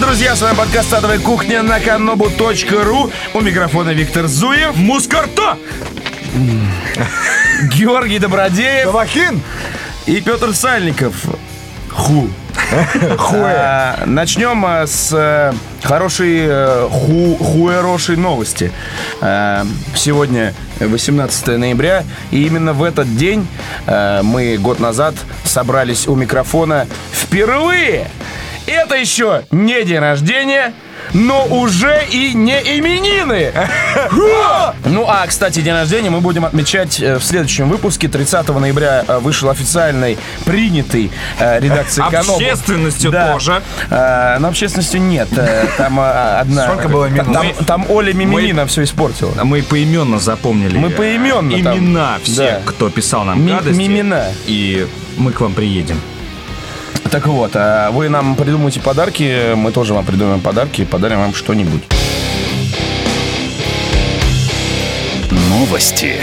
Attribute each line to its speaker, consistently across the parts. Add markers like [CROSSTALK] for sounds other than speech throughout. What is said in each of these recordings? Speaker 1: друзья, с вами подкаст «Садовая кухня» на канобу.ру. У микрофона Виктор Зуев. Мускарта! Георгий Добродеев.
Speaker 2: Вахин!
Speaker 1: и Петр Сальников. Ху. А, Начнем а, с э, хорошей, э, ху, хуэрошей новости. А, Сегодня 18 ноября, и именно в этот день э, мы год назад собрались у микрофона впервые. Это еще не день рождения, но уже и не именины. Ну а, кстати, день рождения мы будем отмечать э, в следующем выпуске. 30 ноября э, вышел официальный, принятый э, редакцией Канобу.
Speaker 3: Общественностью
Speaker 1: Да.
Speaker 3: тоже.
Speaker 1: Э, Но общественностью нет. Э, Там э, одна...
Speaker 2: Сколько было минут?
Speaker 1: Там, там Оля Миминина все испортила.
Speaker 3: Мы поименно запомнили.
Speaker 1: Мы
Speaker 3: э,
Speaker 1: поименно там.
Speaker 3: Имена всех,
Speaker 1: Да.
Speaker 3: кто писал нам
Speaker 1: Ми-
Speaker 3: гадости.
Speaker 1: мимена.
Speaker 3: И мы к вам приедем.
Speaker 1: Так вот, а вы нам придумайте подарки, мы тоже вам придумаем подарки и подарим вам что-нибудь.
Speaker 4: Новости.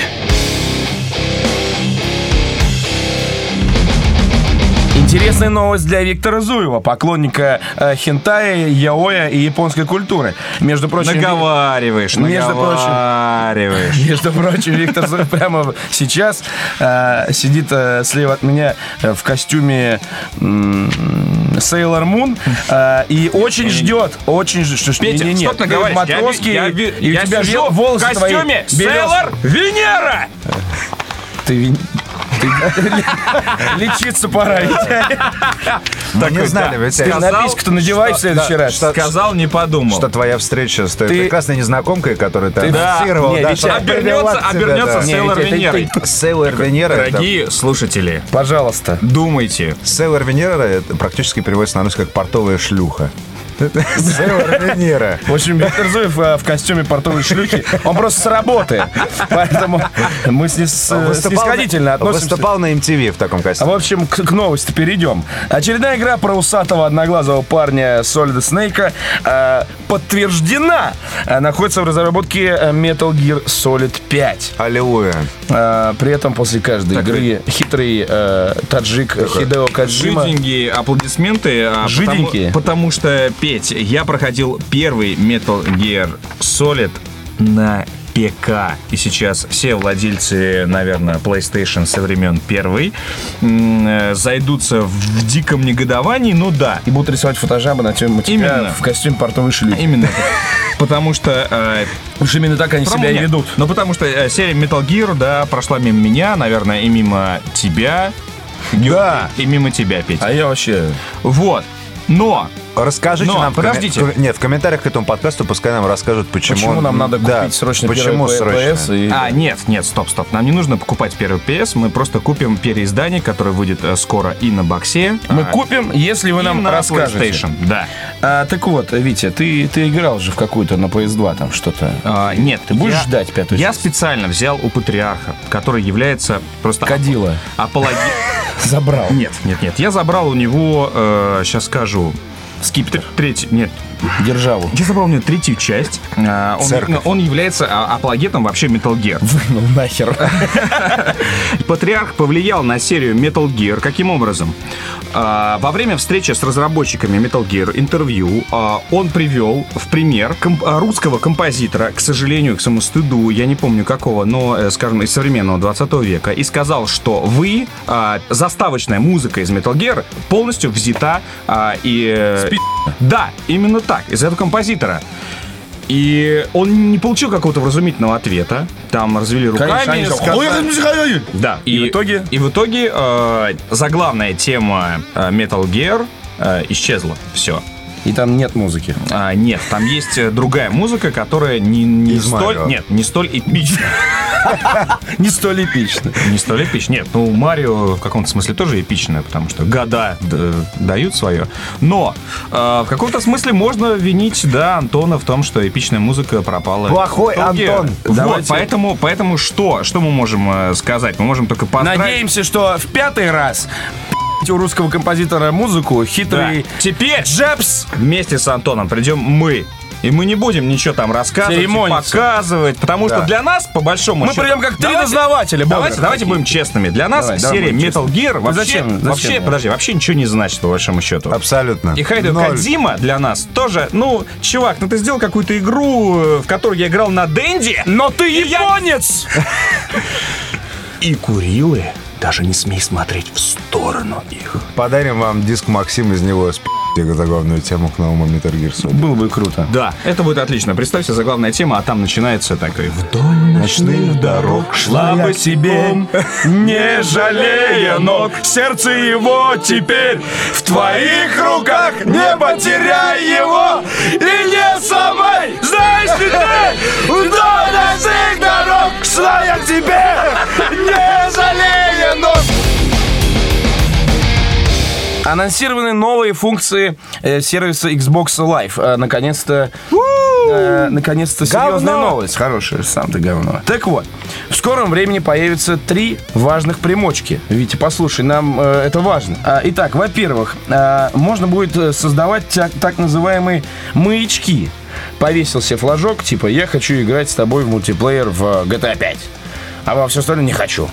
Speaker 1: Интересная новость для Виктора Зуева, поклонника э, хентая, яоя и японской культуры. Между прочим... Ви-
Speaker 3: Наговариваешь,
Speaker 1: Между прочим.
Speaker 3: наговариваешь.
Speaker 1: Между прочим, Виктор Зуев прямо сейчас э, сидит э, слева от меня э, в костюме Сейлор Мун э, и очень ждет, очень ждет, что ж,
Speaker 3: Петя,
Speaker 1: не-не-не,
Speaker 3: что
Speaker 1: ты
Speaker 3: ты
Speaker 1: в
Speaker 3: наговариваешь? Я ви-
Speaker 1: матроске,
Speaker 3: я ви-
Speaker 1: и
Speaker 3: я
Speaker 1: у тебя
Speaker 3: сижу
Speaker 1: ве- волосы
Speaker 3: в
Speaker 1: твои
Speaker 3: костюме
Speaker 1: белесые.
Speaker 3: Сейлор Венера!
Speaker 1: Ты, ви- ты- лечиться пора, Витя.
Speaker 2: Мы Ну, не знали, ведь
Speaker 1: Ты
Speaker 2: э,
Speaker 3: Сказал,
Speaker 1: написку-то надевай в следующий
Speaker 2: да,
Speaker 1: раз.
Speaker 2: что-
Speaker 3: Сказал, не подумал.
Speaker 2: что твоя встреча с той
Speaker 1: Ты-
Speaker 2: прекрасной незнакомкой, которую ты
Speaker 1: Да.
Speaker 2: анонсировал.
Speaker 1: Не,
Speaker 2: да,
Speaker 1: Витя,
Speaker 2: что она привела
Speaker 3: Обернется,
Speaker 2: к тебе,
Speaker 3: обернется
Speaker 2: да.
Speaker 1: Не,
Speaker 3: Сейлор
Speaker 1: Витя, это-
Speaker 3: Венерой.
Speaker 2: Сейлор Венера. это-
Speaker 3: Дорогие слушатели,
Speaker 1: Пожалуйста.
Speaker 3: думайте.
Speaker 2: Сейлор Венера это практически переводится на русский как портовая шлюха. Сейлор Венера.
Speaker 1: В общем, Виктор Зуев э, в костюме портовой шлюхи, он просто с работы. Поэтому мы с ней с- э, снисходительно относимся.
Speaker 2: выступал на MTV в таком
Speaker 1: А, В
Speaker 2: костюме.
Speaker 1: общем, к, к новости перейдем. Очередная игра про усатого одноглазого парня Солида Снейка э, подтверждена. Э, находится в разработке э, Metal Gear Solid 5.
Speaker 2: Аллилуйя.
Speaker 1: Э, при этом после каждой игры хитрый э, таджик Хидео Каджима.
Speaker 3: Жиденькие аплодисменты. а, потому-
Speaker 1: Жиденькие?
Speaker 3: Потому, что, Петь, я проходил первый Metal Gear Solid на ПК. И сейчас все владельцы, наверное, PlayStation со времен первой м, э, зайдутся в диком негодовании, но да,
Speaker 1: И будут рисовать фотожабы на тему тебя
Speaker 3: Именно.
Speaker 1: в костюме портовой шлюхи.
Speaker 3: именно.
Speaker 1: [LAUGHS]
Speaker 3: Потому что э,
Speaker 1: Уж именно так они себя и
Speaker 3: Нет.
Speaker 1: ведут.
Speaker 3: Ну, потому что э, серия Metal Gear, да, прошла мимо меня, наверное, и мимо тебя. Да. И мимо тебя, Петя.
Speaker 1: А я вообще...
Speaker 3: Вот. Но
Speaker 2: Расскажите
Speaker 3: Но,
Speaker 2: нам... в коммен-
Speaker 3: подождите.
Speaker 2: в- Нет, в комментариях к этому подкасту пускай нам расскажут, почему...
Speaker 1: Почему нам надо купить
Speaker 2: Да,
Speaker 1: срочно
Speaker 2: Почему
Speaker 1: первый
Speaker 2: срочно?
Speaker 1: и...
Speaker 3: А, нет, нет, стоп, стоп. Нам не нужно покупать первый PS, мы просто купим переиздание, которое выйдет э, скоро и на боксе.
Speaker 1: Мы
Speaker 3: а,
Speaker 1: купим, если вы
Speaker 3: и
Speaker 1: нам
Speaker 3: на
Speaker 1: расскажете.
Speaker 3: PlayStation, да.
Speaker 1: А, так вот, Витя, ты, ты играл же в какую-то на PS2 там что-то.
Speaker 3: А, нет,
Speaker 1: Ты будешь
Speaker 3: я-
Speaker 1: ждать пятую
Speaker 3: Я
Speaker 1: часть?
Speaker 3: специально взял у патриарха, который является просто...
Speaker 1: Кадила.
Speaker 3: Апологи...
Speaker 1: Забрал.
Speaker 3: Нет, нет, нет. Я забрал у него, сейчас скажу,
Speaker 1: Скиптер.
Speaker 3: третью... Нет,
Speaker 1: Державу.
Speaker 3: я забрал у него третью часть. А, он,
Speaker 2: Церковь.
Speaker 3: он является а, апологетом вообще Metal Gear.
Speaker 1: Вынул нахер.
Speaker 3: Патриарх повлиял на серию Metal Gear. Каким образом? А, Во время встречи с разработчиками Metal Gear интервью а, он привел в пример комп- а, русского композитора, к сожалению, к своему стыду, я не помню какого, но, э, скажем, из современного 20 века, и сказал, что вы, а, заставочная музыка из Metal Gear полностью взята а, и... э, Да, именно так, из этого композитора. И он не получил какого-то вразумительного ответа. Там развели руками. сказали- да.
Speaker 1: И в итоге?
Speaker 3: И в итоге э, заглавная тема э, Metal Gear э, исчезла. Все.
Speaker 1: И там нет музыки.
Speaker 3: нет, там есть э, другая музыка, которая не, не
Speaker 2: Из
Speaker 3: столь...
Speaker 2: Марио.
Speaker 3: Нет, не столь эпична.
Speaker 1: [LAUGHS] Не столь эпично.
Speaker 3: Не столь эпична. Нет, ну, Марио в каком-то смысле тоже эпичная, потому что года д- дают свое. Но э, в каком-то смысле можно винить, да, Антона в том, что эпичная музыка пропала.
Speaker 2: Плохой
Speaker 3: Metal Gear.
Speaker 2: Антон.
Speaker 3: Вот,
Speaker 1: Давайте.
Speaker 3: поэтому, поэтому что? Что мы можем э, сказать? Мы можем только поздравить...
Speaker 1: Надеемся, что в пятый раз у русского композитора музыку
Speaker 3: Да.
Speaker 1: хитрый
Speaker 3: Теперь
Speaker 1: Джепс
Speaker 3: Вместе с Антоном придем мы И мы не будем ничего там рассказывать, и
Speaker 1: Церемониться.
Speaker 3: показывать, потому что
Speaker 2: Да.
Speaker 3: для нас, по большому
Speaker 1: Мы
Speaker 3: счету...
Speaker 1: придем как три
Speaker 3: Давайте-
Speaker 1: дознавателя, бодрых
Speaker 3: Давайте, давайте
Speaker 1: таких.
Speaker 3: будем честными. Для нас
Speaker 1: Давай, давай
Speaker 3: серия
Speaker 1: будем
Speaker 3: Metal Gear вообще...
Speaker 1: зачем? Зачем? А
Speaker 3: вообще, подожди, вообще ничего не значит, по большому счету.
Speaker 2: Абсолютно.
Speaker 3: И Хайдо
Speaker 2: Ноль.
Speaker 3: Кадзима для нас тоже, ну, чувак, ну ты сделал какую-то игру, э, в которой я играл на Денди.
Speaker 1: Но ты японец!
Speaker 3: И Курилы даже не смей смотреть в сторону их.
Speaker 2: Подарим вам диск Максим из него с заглавную тему к новому Metal Gear Solid.
Speaker 1: Было бы круто.
Speaker 3: Да, это будет отлично. Представьте, заглавная тема, а там начинается такой «Вдоль ночных дорог шла бы себе».
Speaker 1: А не жалея ног. Сердце его теперь в твоих руках. Не потеряй его и не сломай. Знаешь ли ты, вдоль наших дорог шла я к тебе, не жалея ног. Анонсированы новые функции э, сервиса Xbox Live. Э, наконец-то... э, наконец-то серьезная
Speaker 2: Говно!
Speaker 1: новость. Хорошая, сам ты говно. Так вот, в скором времени появятся три важных примочки. Витя, послушай, нам э, это важно. А, итак, во-первых, а, можно будет э, создавать тя- так называемые маячки. Повесился флажок, типа, я хочу играть с тобой в мультиплеер в э, GTA 5. А во все остальное не хочу.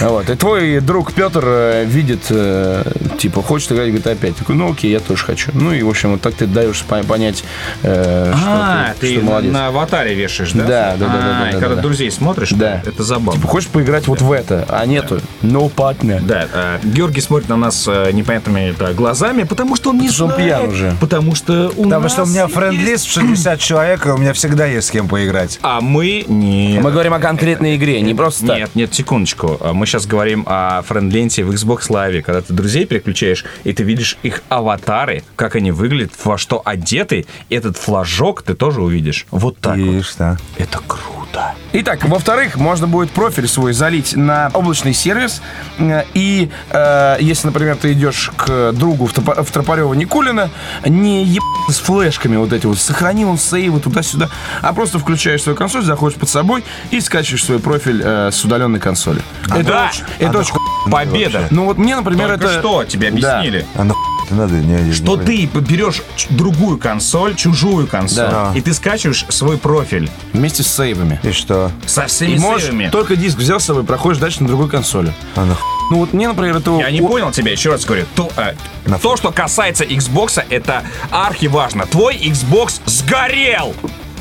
Speaker 1: Вот. И твой друг Петр э, видит, э, типа, хочет играть в GTA 5. Такой, ну окей, я тоже хочу. Ну и, в общем, вот так ты даешь пон- понять, э, что,
Speaker 3: А,
Speaker 1: ты,
Speaker 3: ты,
Speaker 1: что молодец.
Speaker 3: на аватаре вешаешь, да?
Speaker 1: Да, да, да, да,
Speaker 3: А,
Speaker 1: да,
Speaker 3: и
Speaker 1: да,
Speaker 3: когда
Speaker 1: да.
Speaker 3: друзей смотришь,
Speaker 1: Да.
Speaker 3: это забавно.
Speaker 1: Типа, хочешь поиграть вот в это, а нету. No partner.
Speaker 3: Да, э, Георгий смотрит на нас э, непонятными да, глазами, потому что он не
Speaker 1: что он
Speaker 3: знает,
Speaker 1: пьян уже.
Speaker 3: Потому что у
Speaker 2: Потому
Speaker 3: нас
Speaker 2: что у меня
Speaker 3: есть-
Speaker 2: френд-лист в 60 человек, и у меня всегда есть с кем поиграть.
Speaker 3: А мы не...
Speaker 1: Мы говорим о конкретной игре, не просто так.
Speaker 3: Нет, нет, секундочку. А Мы сейчас говорим о френд-ленте в Xbox Live, когда ты друзей переключаешь, и ты видишь их аватары, как они выглядят, во что одеты. Этот флажок ты тоже увидишь. Вот так
Speaker 2: И
Speaker 3: вот.
Speaker 2: что?
Speaker 3: Это круто.
Speaker 1: Итак, во-вторых, можно будет профиль свой залить на облачный сервис. э, И э, если, например, ты идешь к другу в, топо- в Тропарева Никулина, не еб с флешками вот эти вот, сохранил сейвы туда-сюда, а просто включаешь свою консоль, заходишь под собой и скачиваешь свой профиль э, с удаленной консоли. это
Speaker 3: А да!
Speaker 1: очень, это
Speaker 2: да
Speaker 1: очень
Speaker 2: хуй
Speaker 1: ху-
Speaker 3: Победа.
Speaker 1: Ну вот мне, например,
Speaker 3: Только
Speaker 1: это...
Speaker 3: что тебе
Speaker 1: Да.
Speaker 3: объяснили.
Speaker 2: А ну ты надо? Не, я
Speaker 3: Что
Speaker 2: не
Speaker 3: ты берешь ч- другую консоль, чужую консоль,
Speaker 1: Да.
Speaker 3: и ты скачиваешь свой профиль
Speaker 1: Вместе с сейвами.
Speaker 2: понимаю. И что?
Speaker 3: со всеми
Speaker 1: И можешь,
Speaker 3: сейвами.
Speaker 1: только диск взял с собой, проходишь дальше на другой консоли.
Speaker 2: А ну
Speaker 1: Ну вот мне, например, это...
Speaker 3: Я не
Speaker 1: о-
Speaker 3: понял тебя, еще раз говорю. То, э,
Speaker 2: На-
Speaker 3: то, что касается Xbox, это архиважно. Твой Xbox сгорел!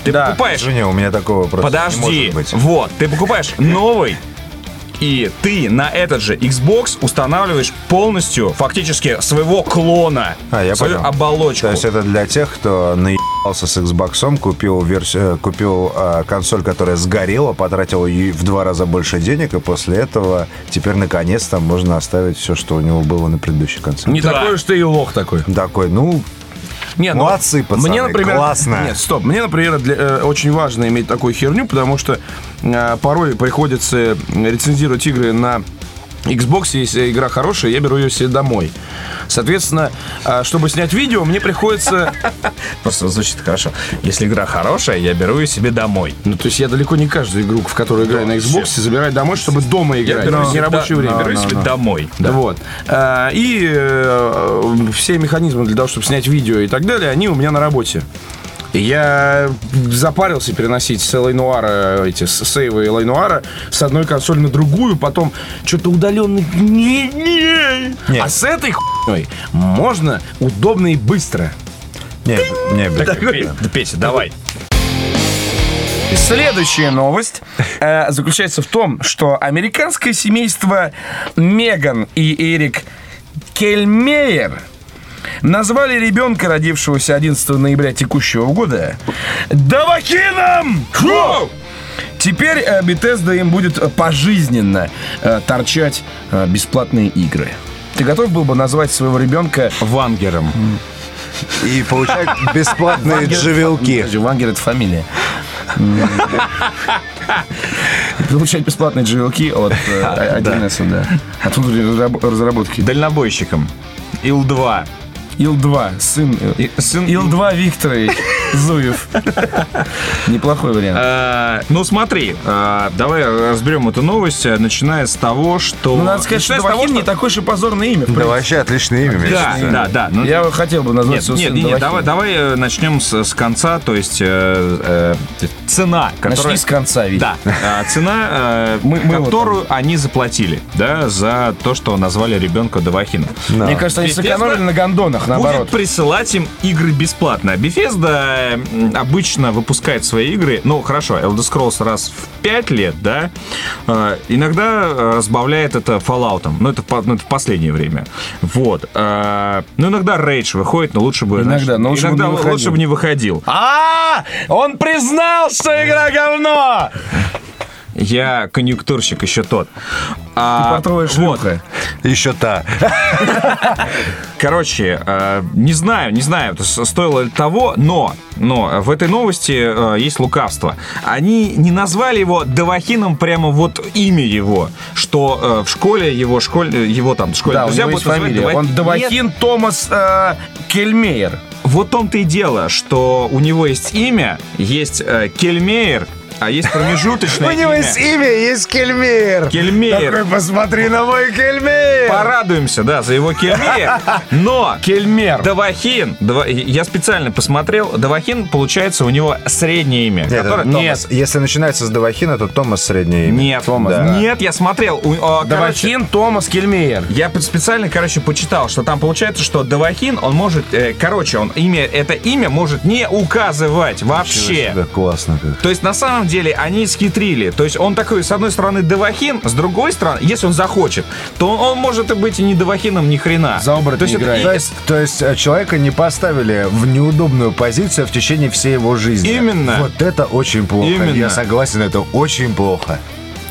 Speaker 3: Ты
Speaker 1: Да.
Speaker 3: покупаешь...
Speaker 2: Женя, у меня такого просто не
Speaker 3: Подожди,
Speaker 2: может быть.
Speaker 3: вот, ты покупаешь новый, и ты на этот же Xbox устанавливаешь полностью, фактически, своего клона,
Speaker 2: А, я
Speaker 3: свою
Speaker 2: понял.
Speaker 3: оболочку.
Speaker 2: То есть это для тех, кто наебался с Xbox, купил, версию, э, купил э, консоль, которая сгорела, потратил ей в два раза больше денег, и после этого теперь наконец-то можно оставить все, что у него было на предыдущей консоли.
Speaker 1: Не
Speaker 3: Да.
Speaker 1: такой уж ты и лох такой.
Speaker 2: Такой, ну,
Speaker 1: Нет, ну,
Speaker 2: Молодцы, пацаны,
Speaker 1: мне, например,
Speaker 2: классно.
Speaker 1: Нет, стоп. Мне, например, для- э, очень важно иметь такую херню, потому что э, порой приходится э, рецензировать игры на Xbox, если игра хорошая, я беру ее себе домой. Соответственно, э, чтобы снять видео, мне приходится...
Speaker 3: Просто звучит хорошо. Если игра хорошая, я беру ее себе домой.
Speaker 1: Ну, то есть я далеко не каждую игру, в которую играю на Xbox, забираю домой, чтобы дома
Speaker 3: Я
Speaker 1: играть.
Speaker 3: беру
Speaker 1: в
Speaker 3: себе-
Speaker 1: нерабочее
Speaker 3: да,
Speaker 1: время.
Speaker 3: беру
Speaker 1: Да,
Speaker 3: себе
Speaker 1: да, да.
Speaker 3: домой. да.
Speaker 1: Вот. А, И э, все механизмы для того, чтобы снять видео и так далее, они у меня на работе. И Я запарился переносить с Лайнуара эти с- сейвы Лайнуара с одной консоли на другую, потом что-то удаленный. Не, не.
Speaker 2: Нет.
Speaker 1: А с этой хуйней можно удобно и быстро.
Speaker 2: не, не, бля.
Speaker 3: Пе- Петя, давай.
Speaker 1: Следующая новость э, заключается в том, что американское семейство Меган и Эрик Кельмейер назвали ребенка, родившегося 11 ноября текущего года, Давакином! Хо! Теперь э, Bethesda им будет э, пожизненно э, торчать э, бесплатные игры. Ты готов был бы назвать своего ребенка
Speaker 3: Вангером.
Speaker 2: И получать бесплатные дживелки.
Speaker 1: Подожди, Вангер это фамилия. М. Получать бесплатные джевелки от
Speaker 3: [LAUGHS]
Speaker 1: э, 1С, да. От внутренней разраб- разработки.
Speaker 3: Дальнобойщиком. Ил-2.
Speaker 1: Ил-2, сын. э,
Speaker 3: И- сын [LAUGHS]
Speaker 1: Ил-2 Викторович. Зуев. Неплохой вариант.
Speaker 3: Э, Ну смотри, э, давай разберем эту новость, э, начиная с того, что...
Speaker 1: Ну, надо сказать, что
Speaker 3: Начиная с того,
Speaker 1: Довахин не такое же позорное имя. в
Speaker 2: Да
Speaker 1: принципе.
Speaker 2: вообще отличное имя. мне
Speaker 3: Да,
Speaker 2: кажется.
Speaker 3: да, да. Ну,
Speaker 1: Я хотел бы назвать
Speaker 3: Нет,
Speaker 1: своего
Speaker 3: нет,
Speaker 1: сына
Speaker 3: нет, нет, давай,
Speaker 1: Довахиным.
Speaker 3: давай э, начнем с, с конца, то есть э, э, цена, которая...
Speaker 1: Начни с конца, видимо.
Speaker 3: Да, э, цена, э,
Speaker 1: [LAUGHS] Мы- мы
Speaker 3: которую они заплатили, да, за то, что назвали ребенка Довахином.
Speaker 2: Да.
Speaker 1: Мне кажется, они
Speaker 3: Естественно,
Speaker 1: сэкономили на гондонах, наоборот.
Speaker 3: Будет присылать им игры бесплатно. А Bethesda м, обычно выпускает свои игры, ну хорошо, Elder Scrolls раз в 5 лет, да, э, иногда э, разбавляет это Fallout, ну это, по- ну, это в последнее время. Вот. э, ну иногда Rage выходит, но лучше бы...
Speaker 1: Иногда,
Speaker 3: знаешь,
Speaker 1: но лучше бы
Speaker 3: иногда
Speaker 1: не
Speaker 3: лу-
Speaker 1: выходил.
Speaker 3: лучше бы не выходил.
Speaker 1: А, он признал, что игра говно!
Speaker 3: Я конъюнктурщик еще тот. А,
Speaker 1: Портовая
Speaker 3: вот.
Speaker 1: шлюха.
Speaker 2: Еще та.
Speaker 3: Короче, э, не знаю, не знаю, это с- стоило ли того, но, но в этой новости э, есть лукавство. Они не назвали его Давахином прямо вот имя его, что э, в школе его школь, э, его там школьные
Speaker 1: Да, у
Speaker 3: друзья
Speaker 1: него есть
Speaker 3: будут называть
Speaker 1: фамилия.
Speaker 3: Давахи-
Speaker 1: Он
Speaker 3: Нет,
Speaker 1: Довахин Томас э, Кельмейер.
Speaker 3: вот в том-то и дело, что у него есть имя, есть э, Кельмейер, а
Speaker 1: [LAUGHS]
Speaker 3: есть промежуточное имя.
Speaker 2: имя, есть Кельмейер.
Speaker 3: Кельмейер.
Speaker 2: посмотри на мой Кельмейер.
Speaker 3: Порадуемся, да, за его Кельмейер. Но
Speaker 1: Кельмер.
Speaker 3: Давахин, Дава- я специально посмотрел, Давахин, получается, у него среднее имя.
Speaker 2: Нет,
Speaker 3: которое-
Speaker 2: это Томас. если начинается с Давахина, то Томас среднее имя.
Speaker 3: Нет,
Speaker 1: Томас,
Speaker 3: да.
Speaker 1: да.
Speaker 3: нет, я смотрел. у- а, короче,
Speaker 1: Довахин Томас Кельмейер.
Speaker 3: я под- специально, короче, почитал, что там получается, что Давахин, он может, э, короче, он имя, это имя может не указывать вообще.
Speaker 2: Да, классно как.
Speaker 3: То есть на самом деле они схитрили. То есть он такой, с одной стороны, Давахин, с другой стороны, если он захочет, то он, он может и быть и не Давахином ни хрена.
Speaker 1: За оборот
Speaker 3: То есть
Speaker 1: не играет.
Speaker 3: это и-
Speaker 2: То есть, то есть, э, человека не поставили в неудобную позицию в течение всей его жизни.
Speaker 3: Именно.
Speaker 2: Вот это очень плохо.
Speaker 3: Именно.
Speaker 2: Я согласен, это очень плохо.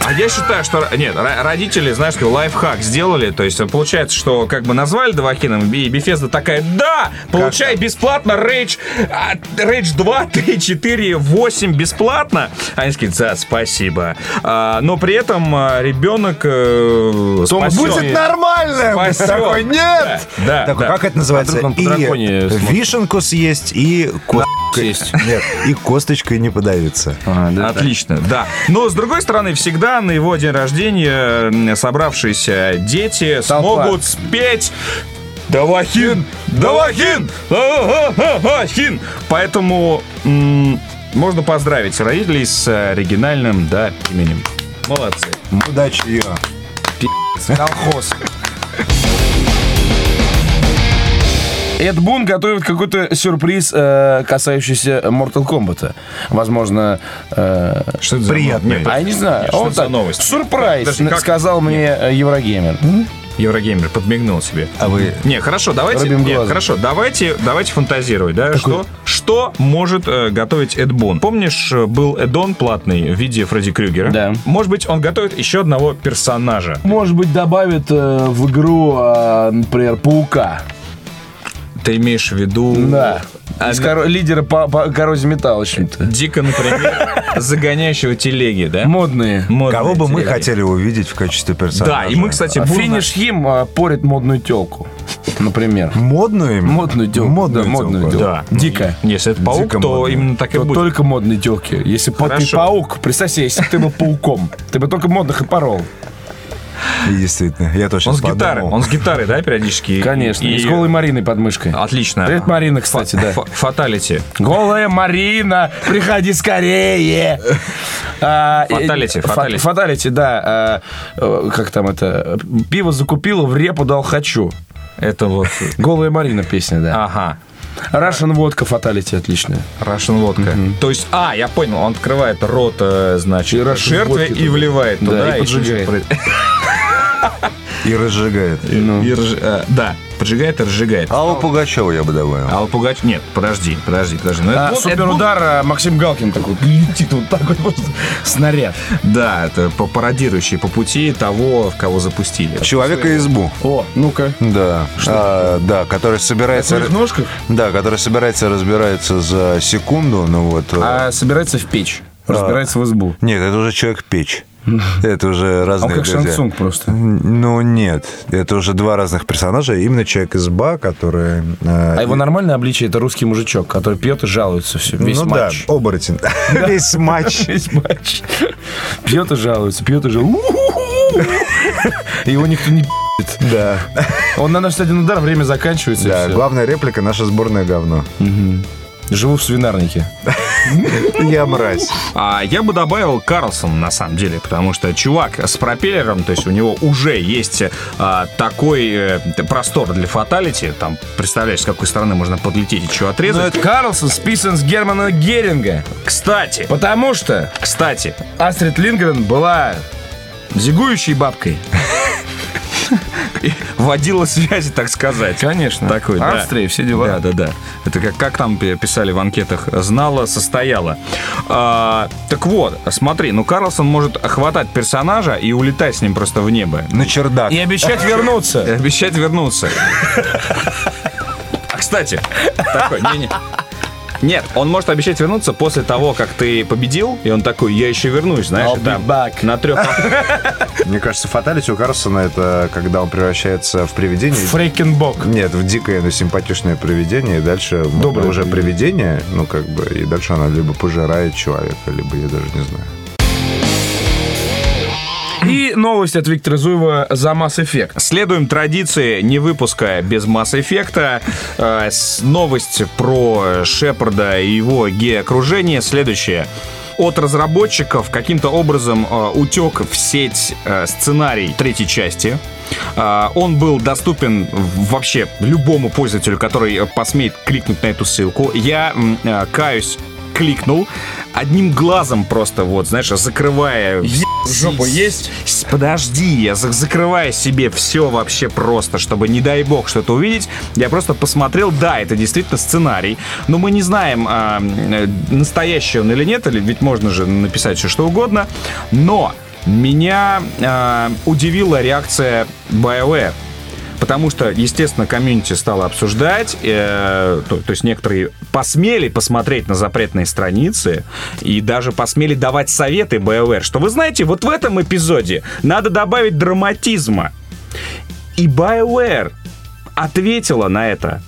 Speaker 3: А я считаю, что нет, ро- родители, знаешь, такой лайфхак сделали. То есть э, получается, что как бы назвали Давахином, и Bethesda такая, да, получай бесплатно Rage, а, Rage 2, [LAUGHS] 3, 4, 8 бесплатно. Они такие, да, спасибо. А, но при этом а, ребенок э, спасен.
Speaker 2: Будет нормально!
Speaker 3: Спасен.
Speaker 2: Такой,
Speaker 3: Да,
Speaker 2: нет!
Speaker 3: да,
Speaker 2: Такой,
Speaker 3: да.
Speaker 2: как это называется?
Speaker 1: А вдруг он по драконе
Speaker 2: и
Speaker 1: смотрит?
Speaker 2: вишенку съесть, и косточкой.
Speaker 1: съесть.
Speaker 2: [LAUGHS] Нет, и косточкой не подавиться.
Speaker 1: А,
Speaker 3: Отлично, да. Но с другой стороны, всегда на его день рождения м, собравшиеся дети
Speaker 1: Толпа.
Speaker 3: смогут спеть. Давахин! Давахин! Давахин! Поэтому м, можно поздравить родителей с оригинальным да, именем. Молодцы.
Speaker 2: Удачи, Ира.
Speaker 1: Колхоз. Эд Бун готовит какой-то сюрприз, э, касающийся Mortal Kombat. Возможно, э,
Speaker 3: Что это
Speaker 2: Приятно.
Speaker 3: новость? Нет,
Speaker 1: а я не знаю.
Speaker 3: что
Speaker 1: он
Speaker 3: это за
Speaker 1: так,
Speaker 3: новость?
Speaker 1: Сюрприз,
Speaker 3: Подожди, как?
Speaker 1: сказал мне э, Еврогеймер.
Speaker 3: Еврогеймер подмигнул себе.
Speaker 2: А вы
Speaker 3: Не, хорошо, давайте.
Speaker 1: Рубим
Speaker 3: не,
Speaker 1: глазом.
Speaker 3: хорошо, давайте, давайте фантазировать, да, что, что может э, готовить Эдбон. Помнишь, э, был Эдон платный в виде Фредди Крюгера.
Speaker 1: Да.
Speaker 3: Может быть, он готовит еще одного персонажа.
Speaker 1: Может быть, добавит э, в игру, э, например, паука.
Speaker 3: Ты имеешь в виду?
Speaker 1: Да.
Speaker 3: А,
Speaker 1: Из коро- лидера по, по коррозии металла, в общем-то.
Speaker 3: Дико, например, загоняющего телеги, да?
Speaker 1: Модные.
Speaker 3: Модные
Speaker 2: Кого бы мы
Speaker 3: телеги.
Speaker 2: хотели увидеть в качестве персонажа?
Speaker 3: Да, и мы,
Speaker 1: типа
Speaker 3: кстати, бурно-
Speaker 1: А Финиш Хим э, порит модную телку, например.
Speaker 2: Модную именно?
Speaker 1: Модную тёлку.
Speaker 2: Модную
Speaker 1: да, модную
Speaker 2: тёлку.
Speaker 1: тёлку.
Speaker 3: Да.
Speaker 1: Дико.
Speaker 3: Если это паук,
Speaker 2: Дико
Speaker 3: то
Speaker 2: модно.
Speaker 3: именно так и
Speaker 1: Вот
Speaker 3: будет.
Speaker 1: типа только модные телки. Если бы ты
Speaker 3: Хорошо.
Speaker 1: паук, представь себе, если бы ты был пауком, ты бы только модных и порол.
Speaker 2: И Действительно, я точно
Speaker 3: Он с гитары, он с гитары, да, периодически.
Speaker 1: Конечно.
Speaker 3: И-
Speaker 1: И с голой Мариной под мышкой.
Speaker 3: Отлично.
Speaker 1: Привет, Марина, кстати, да.
Speaker 3: Фа- Фаталити.
Speaker 1: Голая Марина, приходи скорее. А, э,
Speaker 3: Фаталити,
Speaker 1: фа-
Speaker 3: фаталити.
Speaker 1: Фаталити, да. а, э, Как там это? Пиво закупила, в репу дал хочу.
Speaker 3: Это вот.
Speaker 1: Голая Марина песня,
Speaker 4: А.
Speaker 1: да.
Speaker 3: Ага.
Speaker 1: Russian водка фаталити отличная.
Speaker 3: Рашен водка. То есть, а, я понял, он открывает рот, э,
Speaker 1: И
Speaker 3: значит,
Speaker 1: Russian
Speaker 3: жертвы
Speaker 1: водки
Speaker 3: и
Speaker 1: туда.
Speaker 3: вливает
Speaker 1: Да,
Speaker 3: туда.
Speaker 1: и поджигает. [LAUGHS]
Speaker 2: И разжигает.
Speaker 3: и-
Speaker 1: Ну.
Speaker 3: и рж- э, Да, поджигает и разжигает.
Speaker 1: А
Speaker 2: Алла Пугачева я бы добавил.
Speaker 3: Алла Пугач... Нет, подожди, подожди, подожди. Ну, это
Speaker 1: А,
Speaker 3: вот- это вот-
Speaker 1: суперудар а, Максим Галкин такой вот летит вот так вот просто. снаряд.
Speaker 3: Да, это по- пародирующий по пути того, в кого запустили.
Speaker 2: Человека избу.
Speaker 1: О, ну-ка.
Speaker 2: Да. А, да, который
Speaker 1: В
Speaker 2: собирается...
Speaker 1: своих ножках,
Speaker 2: Да, который собирается разбирается за секунду, ну вот. э,
Speaker 1: а собирается в печь. Разбирается в избу.
Speaker 2: [LAUGHS] Нет, это уже человек печь. Это уже
Speaker 1: Он
Speaker 2: разные
Speaker 1: как
Speaker 2: друзья.
Speaker 1: Шансунг просто.
Speaker 2: Ну, нет. Это уже два разных персонажа. Именно человек из Ба, который... э,
Speaker 4: А его нормальное обличие это русский мужичок, который пьет и жалуется все, весь
Speaker 2: ну
Speaker 4: матч.
Speaker 2: [LAUGHS] да, оборотень. Весь [LAUGHS] матч.
Speaker 1: Весь матч.
Speaker 4: Пьет и жалуется, пьет и жалуется. Его никто не пи***т.
Speaker 2: Да.
Speaker 4: Он наносит один удар, время заканчивается. и
Speaker 2: Да,
Speaker 4: всё.
Speaker 2: главная реплика — наша сборная говно.
Speaker 4: Живу в свинарнике.
Speaker 2: Я мразь.
Speaker 3: А я бы добавил Карлсон, на самом деле, потому что чувак с пропеллером, то есть у него уже есть а, такой э, простор для фаталити, там, представляешь, с какой стороны можно подлететь и чего
Speaker 4: Но
Speaker 3: отрезать.
Speaker 4: Ну, это Карлсон списан с Германа Геринга.
Speaker 3: Кстати,
Speaker 4: Потому что
Speaker 3: кстати,
Speaker 4: Астрид Лингрен была зигующей бабкой.
Speaker 3: водила связи, так сказать.
Speaker 4: Конечно.
Speaker 3: Такой, да.
Speaker 4: Австрия, все дела.
Speaker 3: Да, да, да. Это как, как там пи- писали в анкетах, знала, состояла. А, так вот, смотри, ну Карлсон может хватать персонажа и улетать с ним просто в небо.
Speaker 2: На чердак.
Speaker 4: И обещать
Speaker 3: И
Speaker 4: вернуться.
Speaker 3: обещать вернуться. А кстати, такой, не, не. Нет, он может обещать вернуться после того, как ты победил, и он такой, я еще вернусь, знаешь,
Speaker 4: I'll
Speaker 3: и
Speaker 4: be
Speaker 3: там
Speaker 4: back.
Speaker 3: на трех
Speaker 2: Мне кажется, фаталити у Карлсона — это когда он превращается в привидение.
Speaker 4: Фрейкенбок.
Speaker 2: Нет, в дикое, но симпатичное привидение, и дальше м,
Speaker 4: Доброе
Speaker 2: уже привидение, ну как бы, и дальше она либо пожирает человека, либо я даже не знаю.
Speaker 4: И новость от Виктора Зуева за Mass Effect.
Speaker 3: Следуем традиции не выпуска без масс-эффекта. Э, с- Новость про Шепарда и его геокружение следующая. От разработчиков каким-то образом э, утек в сеть э, сценарий третьей части. Э, он был доступен в- вообще любому пользователю, который э, посмеет кликнуть на эту ссылку. Я м, э, каюсь кликнул одним глазом просто вот, знаешь, закрывая
Speaker 4: Жопу есть?
Speaker 3: с- Подожди, я за- закрываю себе все вообще просто, чтобы не дай бог что-то увидеть. Я просто посмотрел, да, это действительно сценарий, но мы не знаем, а, э, настоящий он или нет, или ведь можно же написать все что угодно. Но меня э, удивила реакция BioWare. Потому что, естественно, комьюнити стало обсуждать, э, то, то есть некоторые посмели посмотреть на запретные страницы и даже посмели давать советы BioWare, что вы знаете, вот в этом эпизоде надо добавить драматизма. И BioWare ответила на это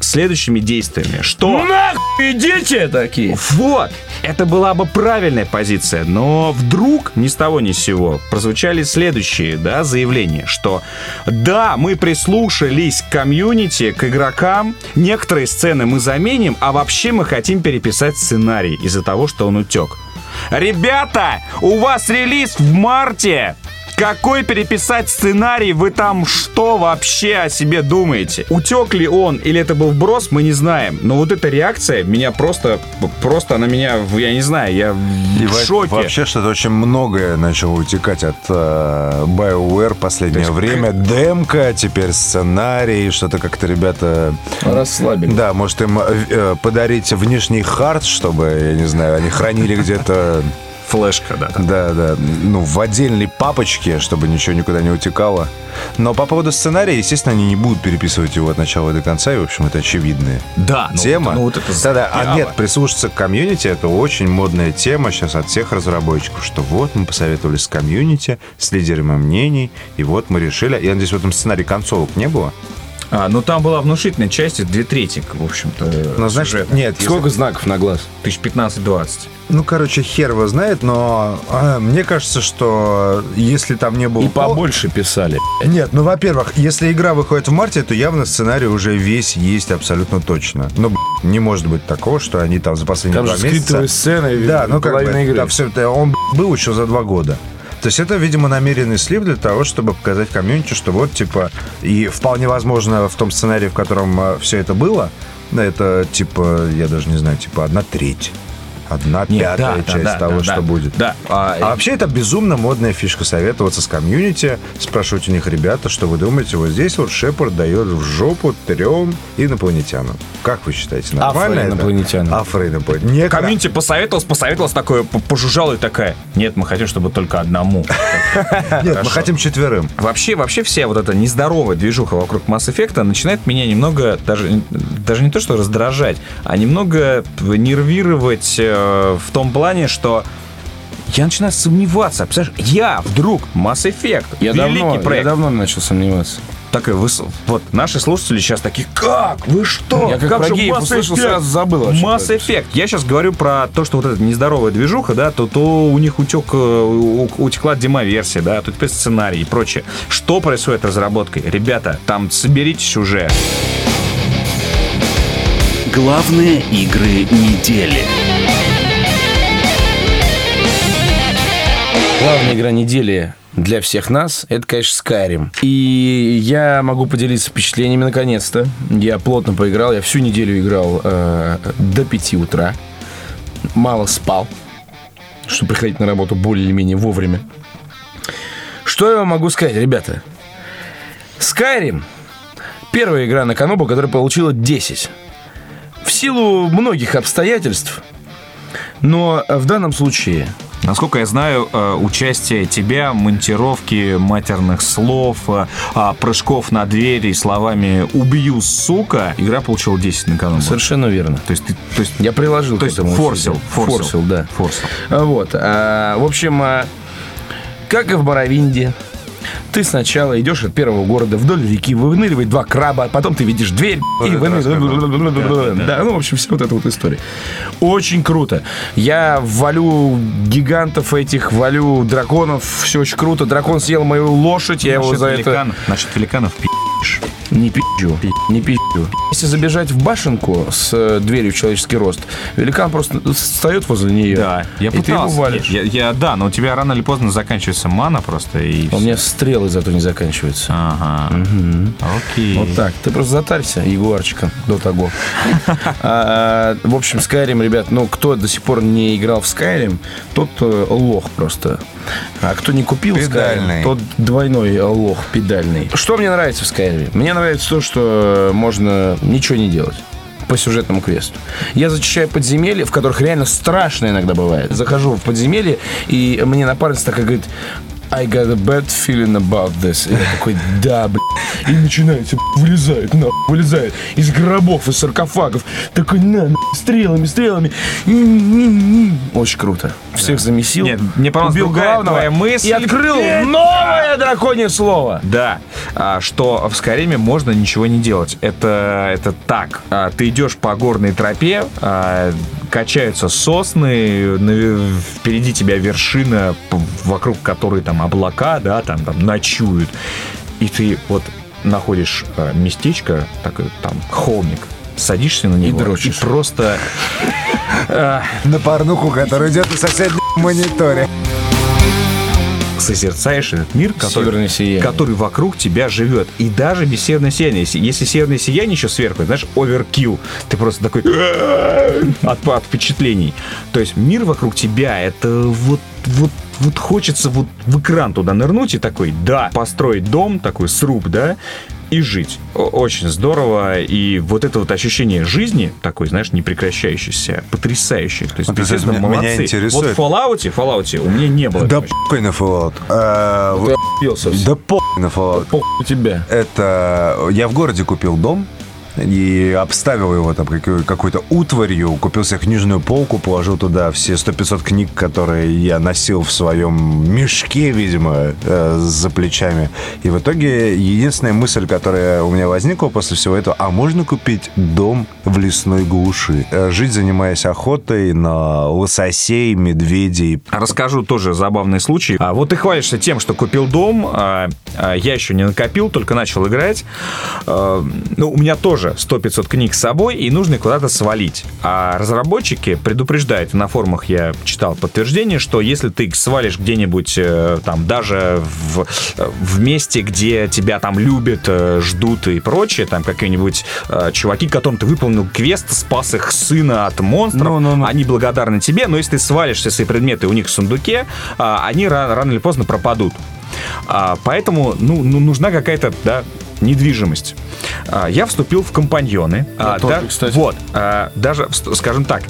Speaker 3: следующими действиями, что...
Speaker 4: Нахуй идите такие!
Speaker 3: Вот! Это была бы правильная позиция, но вдруг ни с того ни с сего прозвучали следующие да, заявления, что да, мы прислушались к комьюнити, к игрокам, некоторые сцены мы заменим, а вообще мы хотим переписать сценарий из-за того, что он утек. Ребята, у вас релиз в марте! Какой переписать сценарий? Вы там что вообще о себе думаете? Утек ли он или это был вброс, мы не знаем. Но вот эта реакция меня просто, просто она меня, я не знаю, я в
Speaker 2: И во-
Speaker 3: шоке.
Speaker 2: Вообще что-то очень многое начало утекать от э, BioWare последнее время. Демка, теперь сценарий, что-то как-то ребята...
Speaker 4: Расслабили.
Speaker 2: Да, может им э, э, подарить внешний хард, чтобы, я не знаю, они хранили где-то...
Speaker 3: Флешка, да.
Speaker 2: Да, да. Ну, в отдельной папочке, чтобы ничего никуда не утекало. Но по поводу сценария, естественно, они не будут переписывать его от начала до конца, и, в общем, это очевидная
Speaker 3: Да, ну,
Speaker 2: тема.
Speaker 3: это- ну, вот это
Speaker 2: Да-да.
Speaker 3: здраво.
Speaker 2: А нет, прислушаться к комьюнити, это очень модная тема сейчас от всех разработчиков, что вот мы посоветовались с комьюнити, с лидерами мнений, и вот мы решили... Я надеюсь, в этом сценарии концовок не было.
Speaker 3: А, ну там была внушительная часть, и две трети, в общем-то,
Speaker 2: Но, знаешь,
Speaker 3: сюжета.
Speaker 2: нет, если-
Speaker 4: Сколько знаков на глаз?
Speaker 3: Тысяч 15-20.
Speaker 2: Ну, короче, хер его знает, но а, мне кажется, что если там не было...
Speaker 4: И
Speaker 2: пол-
Speaker 4: побольше писали.
Speaker 2: Нет, ну, во-первых, если игра выходит в марте, то явно сценарий уже весь есть абсолютно точно. Ну, б***ь, не может быть такого, что они там за последние
Speaker 4: Там
Speaker 2: Ну, два
Speaker 4: же
Speaker 2: месяца...
Speaker 4: скриптовые сцены,
Speaker 2: Да, ну, как бы,
Speaker 4: половина игры.
Speaker 2: да, всё это- он б***ь, был еще за два года. То есть это, видимо, намеренный слив для того, чтобы показать комьюнити, что вот, типа, и вполне возможно в том сценарии, в котором все это было, ну, это, типа, я даже не знаю, типа, одна треть. Одна
Speaker 3: Нет,
Speaker 2: пятая
Speaker 3: да, да,
Speaker 2: часть
Speaker 3: да,
Speaker 2: того,
Speaker 3: да,
Speaker 2: что
Speaker 3: да.
Speaker 2: будет.
Speaker 3: Да. А,
Speaker 2: А вообще это безумно модная фишка советоваться с комьюнити, спрашивать у них, ребята, что вы думаете, вот здесь вот Шепард дает в жопу трем инопланетянам. Как вы считаете, нормально это?
Speaker 4: Афроинопланетянам.
Speaker 2: Афроинопланетянам. Не
Speaker 3: Комьюнити посоветовалась, посоветовалась, такое п- пожужжала и такая. Нет, мы хотим, чтобы только одному.
Speaker 2: ком- Нет, мы хотим четверым.
Speaker 3: Вообще, вообще вся вот эта нездоровая движуха вокруг Mass Effect начинает меня немного, даже, даже не то что раздражать, а немного нервировать э, в том плане, что Я начинаю сомневаться. Представляешь, я вдруг Mass Effect,
Speaker 1: Я
Speaker 3: великий
Speaker 1: давно, я
Speaker 3: проект.
Speaker 1: давно начал сомневаться.
Speaker 3: Так и вы, с- вот наши слушатели сейчас такие, как? Вы что?
Speaker 1: Я как про
Speaker 3: же
Speaker 1: геев
Speaker 3: Mass
Speaker 1: услышал,
Speaker 3: Effect?»
Speaker 1: сразу забыл вообще
Speaker 3: Mass
Speaker 1: про это
Speaker 3: Effect. Я сейчас говорю про то, что вот эта нездоровая движуха, да, то, то у них утек, э, у- утекла демоверсия, да, тут теперь сценарий и прочее. Что происходит разработкой? Ребята, там соберитесь уже.
Speaker 5: Главные игры недели.
Speaker 1: Главная игра недели для всех нас — это, конечно, Skyrim. И я могу поделиться впечатлениями наконец-то. Я плотно поиграл, я всю неделю играл э, до 5 утра. Мало спал, чтобы приходить на работу более-менее вовремя. Что я вам могу сказать, ребята? Skyrim — первая игра на Канобу, которая получила 10. В силу многих обстоятельств, но в данном случае
Speaker 3: Насколько я знаю, э, участие тебя, монтировки матерных слов, э, а, прыжков на двери словами «убью, сука», игра получила 10 на канал.
Speaker 1: совершенно верно.
Speaker 3: То есть, ты- то есть,
Speaker 1: Я приложил
Speaker 3: то
Speaker 1: к
Speaker 3: есть
Speaker 1: этому
Speaker 3: форсил,
Speaker 1: усилия.
Speaker 3: форсил.
Speaker 1: Форсил, да.
Speaker 3: Форсил.
Speaker 1: А, Вот. а, в общем, а, как и в Боровинде, ты сначала идешь от первого города вдоль реки, выныривает два краба, потом ты видишь дверь и выныривает... [LAUGHS] Да, ну, в общем, вся вот эта вот история. Очень круто. Я валю гигантов этих, валю драконов, все очень круто. Дракон съел мою лошадь, я его
Speaker 3: Насчет
Speaker 1: за это...
Speaker 3: великанов- Насчет великанов пи***.
Speaker 1: Не пи***ю, не пи***ю. Если забежать в башенку с э, дверью в человеческий рост, великан просто встает возле нее.
Speaker 3: Да, я
Speaker 1: и ты его
Speaker 3: пытался.
Speaker 1: валишь.
Speaker 3: Я, я- да, но у тебя рано или поздно заканчивается мана просто и.
Speaker 1: У
Speaker 3: всё.
Speaker 1: меня стрелы зато не заканчиваются.
Speaker 3: Ага. Окей.
Speaker 1: Вот так. Ты просто затарься ягуарчиком до
Speaker 3: [LAUGHS]
Speaker 1: того. А, В общем, Skyrim, ребят, ну, кто до сих пор не играл в Skyrim, тот э, лох просто. А кто не купил Skyrim,
Speaker 2: Педальный.
Speaker 1: тот двойной э, лох педальный. Что мне нравится в Skyrim? Мне нравится то, что можно ничего не делать по сюжетному квесту. Я зачищаю подземелья, в которых реально страшно иногда бывает. Захожу в подземелье, и мне напарница такая говорит, I got a bad feeling about this. И я такой, да, блин. И начинается, б***ь, вылезает, на, вылезает из гробов, из саркофагов. Такой, на, на, стрелами, стрелами. М-м-м-м. Очень круто. Всех замесил.
Speaker 3: Нет, мне понравилась
Speaker 1: убил
Speaker 3: другая твоя мысль.
Speaker 1: И открыл
Speaker 3: Петя!
Speaker 1: новое драконье слово.
Speaker 3: Да, а, что в Скайриме можно ничего не делать. Это, это так. А, Ты идешь по горной тропе, а, качаются сосны, на- впереди тебя вершина, п- вокруг которой там облака, да, там, там ночуют. И ты вот находишь а, местечко, такой там холмик, садишься на него
Speaker 1: дрочишь.
Speaker 3: просто
Speaker 2: На порнуху, которая идет на соседнем мониторе.
Speaker 3: созерцаешь этот мир, который,
Speaker 1: Северное сияние.
Speaker 3: который вокруг тебя живет. И даже без северного сияния. Если, если северное сияние еще сверху, знаешь, оверкил. Ты просто такой от, от впечатлений. То есть мир вокруг тебя, это вот, вот вот хочется вот в экран туда нырнуть и такой, да, построить дом, такой сруб, да, и жить. О- Очень здорово. И вот это вот ощущение жизни, такой, знаешь, непрекращающийся, потрясающее. То есть,
Speaker 2: Вот это
Speaker 3: естественно,
Speaker 2: меня- меня
Speaker 3: молодцы. вот
Speaker 2: интересует.
Speaker 3: в Fallout, в Fallout у меня не было.
Speaker 2: Да
Speaker 3: этого
Speaker 2: похуй на Fallout. А, вы- Да похуй на Fallout.
Speaker 1: у тебя.
Speaker 2: Это я в городе купил дом и обставил его там какой- какой-то утварью, купил себе книжную полку, положил туда все 100-500 книг, которые я носил в своем мешке, видимо, э, за плечами. И в итоге единственная мысль, которая у меня возникла после всего этого, а можно купить дом в лесной глуши? Э, Жить, занимаясь охотой на лососей, медведей.
Speaker 3: Расскажу тоже забавный случай. А, вот ты хвалишься тем, что купил дом. а, а, я еще не накопил, только начал играть. А, ну, у меня тоже 100-500 книг с собой, и нужно куда-то свалить. А разработчики предупреждают, и на форумах я читал подтверждение, что если ты свалишь где-нибудь, э, там, даже в, э, в месте, где тебя там любят, э, ждут и прочее, там, какие-нибудь э, чуваки, которым ты выполнил квест, спас их сына от монстров,
Speaker 2: Ну,
Speaker 3: они благодарны тебе, но если ты свалишь все свои предметы у них в сундуке, а, они рано, рано или поздно пропадут. А, Поэтому ну, ну, нужна какая-то да, недвижимость. а, я вступил в компаньоны. А,
Speaker 1: тоже,
Speaker 3: да-
Speaker 1: кстати.
Speaker 3: Вот, а, даже, вст- скажем так,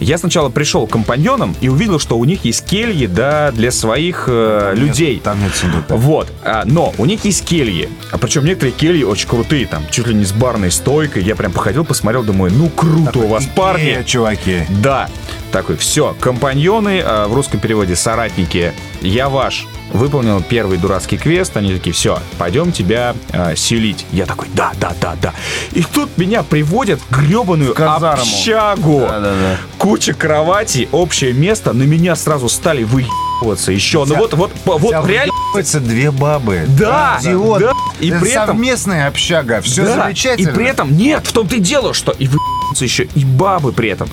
Speaker 3: я сначала пришел к компаньонам и увидел, что у них есть кельи, да, для своих э, людей.
Speaker 2: Там нет сундука.
Speaker 3: Вот, а, но у них есть кельи, а причем некоторые кельи очень крутые, там чуть ли не с барной стойкой. Я прям походил, посмотрел, думаю, ну круто у вас, парни.
Speaker 2: Э, чуваки.
Speaker 3: Да, такой, все, компаньоны, а, в русском переводе соратники, я ваш. Выполнил первый дурацкий квест, они такие, все, пойдем тебя а, селить. Я такой, да, да, да, да. И тут меня приводят в гребаную
Speaker 1: казарму.
Speaker 3: общагу.
Speaker 1: Да-да-да.
Speaker 3: Куча кроватей, общее место, на меня сразу стали выебываться еще. Ну
Speaker 2: Взял-
Speaker 3: вот, вот, по- вот
Speaker 2: Там
Speaker 3: реально.
Speaker 2: ебаются две бабы.
Speaker 3: Да,
Speaker 2: Идиот.
Speaker 3: да, и
Speaker 2: Это
Speaker 3: при этом
Speaker 2: совместная общага, все
Speaker 3: да,
Speaker 2: замечательно.
Speaker 3: И при этом, нет, в том-то и дело, что и вы***ются [LAUGHS] еще, и бабы при этом.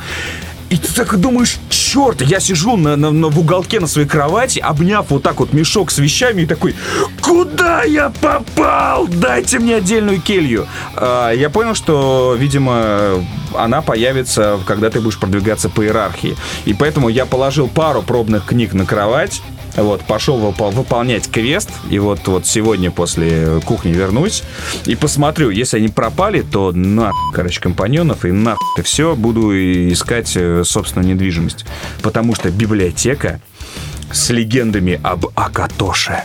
Speaker 3: И ты так и думаешь, черт, я сижу на, на- на- в уголке на своей кровати, обняв вот так вот мешок с вещами и такой, куда я попал? Дайте мне отдельную келью. А, я понял, что, видимо, она появится, когда ты будешь продвигаться по иерархии. И поэтому я положил пару пробных книг на кровать, вот, пошел выпо- выполнять квест, и вот, вот сегодня после кухни вернусь и посмотрю, если они пропали, то на, короче, компаньонов и на это все буду и искать э, собственную недвижимость. Потому что библиотека с легендами об Акатоше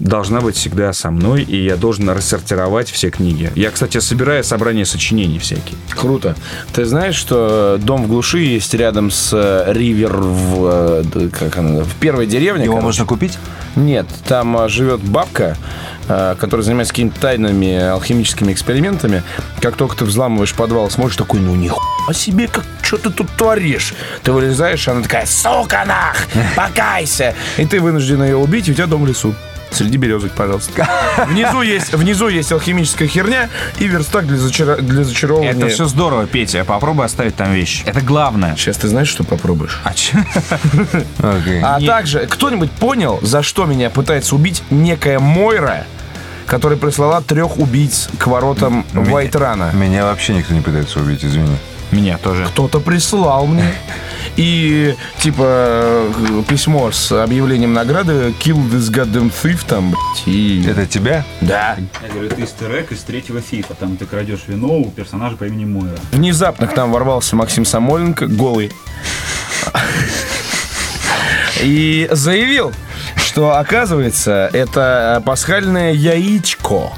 Speaker 3: должна быть всегда со мной, и я должен рассортировать все книги. Я, кстати, собираю собрание сочинений всякие.
Speaker 1: Круто. Ты знаешь, что э, дом в глуши есть рядом с э, Ривер в... э, д- Как она? В первой деревне?
Speaker 2: Его
Speaker 1: короче?
Speaker 2: можно купить?
Speaker 1: Нет, там а, живет бабка, а, которая занимается какими-то тайными алхимическими экспериментами. Как только ты взламываешь подвал, смотришь такой, ну нихуя себе, как что ты тут творишь? Ты вылезаешь, и она такая, сука
Speaker 2: [LAUGHS]
Speaker 1: нах, покайся. И ты вынужден ее убить, и у тебя дом в лесу. Среди березок,
Speaker 2: [LAUGHS]
Speaker 1: пожалуйста. Внизу есть, внизу есть алхимическая херня и верстак для, зачара- для зачарования.
Speaker 3: Это все здорово, Петя. Попробуй оставить там вещи. Это главное.
Speaker 1: Сейчас ты знаешь, что попробуешь?
Speaker 3: А че?
Speaker 1: А также, кто-нибудь понял, за что меня пытается убить некая Мойра, которая прислала трех убийц к воротам Вайтрана?
Speaker 2: Меня вообще никто не пытается убить, извини.
Speaker 3: Меня тоже.
Speaker 1: Кто-то прислал мне. И, типа, э, письмо с объявлением награды Kill this goddamn thief там, блядь, и...
Speaker 2: Это тебя?
Speaker 1: Да.
Speaker 6: Я говорю, это истерек из третьего фифа. Там ты крадешь вино у персонажа по имени Мойра.
Speaker 1: Внезапно к нам ворвался Максим Самойленко, голый. И заявил, что, оказывается, это э, пасхальное яичко.